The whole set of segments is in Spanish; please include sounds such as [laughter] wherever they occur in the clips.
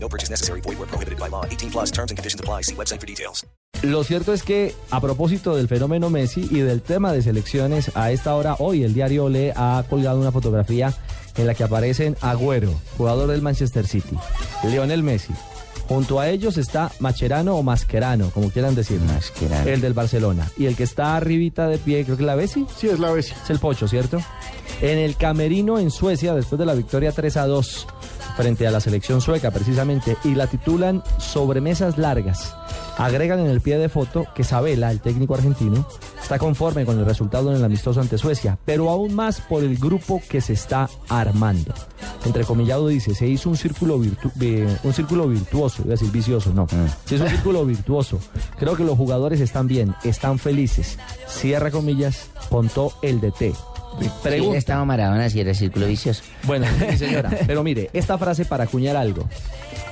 No purchase necessary. Void where prohibited by law. 18 plus terms and conditions apply. See website for details. Lo cierto es que, a propósito del fenómeno Messi y del tema de selecciones, a esta hora, hoy, el diario Le ha colgado una fotografía en la que aparecen Agüero, jugador del Manchester City, Lionel Messi. Junto a ellos está Macherano o Mascherano, como quieran decir. Mascherano. El del Barcelona. Y el que está arribita de pie, creo que la Bessi, Sí, es la bestia. es el Pocho, ¿cierto? En el Camerino en Suecia, después de la victoria 3 a 2 frente a la selección sueca, precisamente, y la titulan Sobremesas Largas. Agregan en el pie de foto que Sabela, el técnico argentino, está conforme con el resultado en el amistoso ante Suecia, pero aún más por el grupo que se está armando. Entrecomillado dice, se hizo un círculo, virtu- eh, un círculo virtuoso, iba a decir vicioso, no. Se hizo un círculo virtuoso. Creo que los jugadores están bien, están felices. Cierra comillas, contó el DT. Sí, Pregunta. estaba Maradona si era círculo vicioso. Bueno, sí, [laughs] señora, pero mire, esta frase para acuñar algo.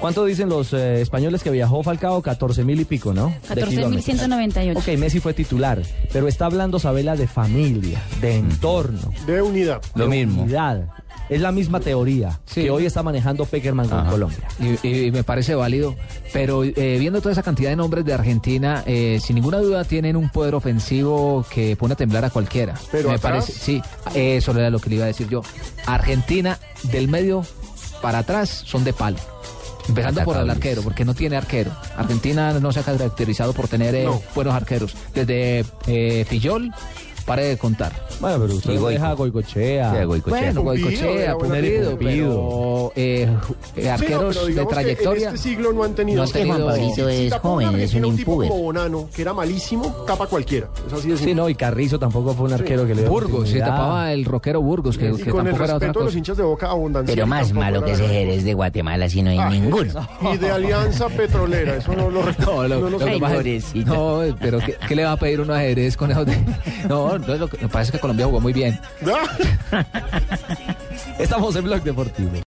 ¿Cuánto dicen los eh, españoles que viajó Falcao? 14 mil y pico, ¿no? De kilómetros. 14.198. Ok, Messi fue titular, pero está hablando Sabela de familia, de entorno, De unidad. Lo de mismo. unidad. Es la misma teoría Sí. que hoy está manejando Peckerman con Ajá. Colombia. Y, y- y me parece válido, pero eh, viendo toda esa cantidad de nombres de Argentina, eh, sin ninguna duda tienen un poder ofensivo que pone a temblar a cualquiera. Pero me atrás. parece, sí, eh, eso era lo que le iba a decir yo. Argentina del medio para atrás son de palo. Empezando por el Atacables. arquero, porque no tiene arquero. Argentina no se ha caracterizado por tener eh, No. buenos arqueros. Desde eh, Fillol, pare de contar. Bueno, pero usted Y lo Goico. deja a Goicochea. Sí, a Goicoechea. Bueno, Pumpido, Goicochea, era buena Pumpido, pero eh, eh, Sí, no, arqueros pero de digamos que trayectoria. En este siglo no han tenido. No han Sí, tenido- Juan Pablito si es tapa joven, es argentino, un tipo impuber. como Bonano, que era malísimo, tapa cualquiera. Es así de Sí, simple. no, y Carrizo tampoco fue un arquero que le dio Burgos, se continuidad. tapaba el rockero Burgos, que, Y que con el tampoco era otra respeto a los cosa. hinchas de Boca abundancia. Pero más tampoco malo era que ese gran cosa. Jerez de Guatemala, si no hay Ah, ninguno. Y de Alianza Petrolera, eso [laughs] no lo recuerdo. No, lo- lo que Ay, pasa es- pobrecito. no, pero ¿qué, qué le va a pedir uno a Jerez con esos de- [laughs] No, no, Ah, lo que- me parece que Colombia jugó muy bien. Estamos en Blog Deportivo.